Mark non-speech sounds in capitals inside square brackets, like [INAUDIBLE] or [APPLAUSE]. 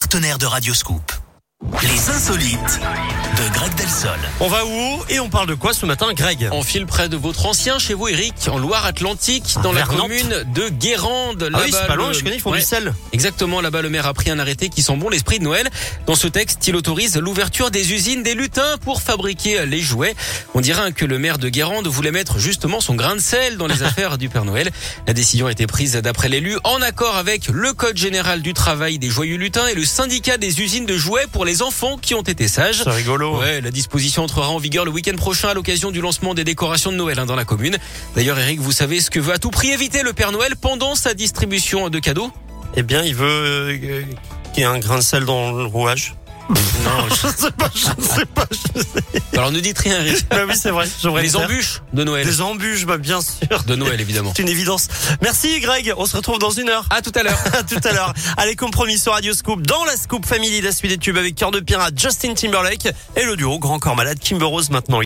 partenaire de Radioscoop. Les insolites de Greg Delsol. On va où et on parle de quoi ce matin, Greg On file près de votre ancien chez vous, Eric, en Loire-Atlantique, dans la Vers Nantes. commune de Guérande. Ah oui, Là-bas, c'est pas loin, le- je connais, ils font Ouais. du sel. Exactement, là-bas, le maire a pris un arrêté qui sent bon l'esprit de Noël. Dans ce texte, il autorise l'ouverture des usines des lutins pour fabriquer les jouets. On dirait que le maire de Guérande voulait mettre justement son grain de sel dans [LAUGHS] les affaires du Père Noël. La décision a été prise d'après l'élu en accord avec le Code général du travail des joyeux lutins et le syndicat des usines de jouets pour les enfants qui ont été sages. C'est rigolo. Ouais, la disposition entrera en vigueur le week-end prochain à l'occasion du lancement des décorations de Noël hein, dans la commune. D'ailleurs, Eric, vous savez ce que veut à tout prix éviter le Père Noël pendant sa distribution de cadeaux Eh bien, il veut euh, qu'il y ait un grain de sel dans le [LAUGHS] rouage. Non, Je sais pas, je sais pas. je sais- je- [LAUGHS] alors ne dites rien, [LAUGHS] Eric. Bah oui, c'est vrai. J'aurais Les le faire. embûches de Noël. Des embûches, bah bien [LAUGHS] sûr. De Noël, évidemment. C'est une évidence. Merci, Greg. On se retrouve dans une heure. [LAUGHS] [LAUGHS] À tout à l'heure. À tout à l'heure. Allez, compromis sur Radio Scoop. Dans la Scoop Family, la suite des tubes avec Cœur de Pirate, Justin Timberlake et le duo Grand Corps Malade, Kimber Rose maintenant.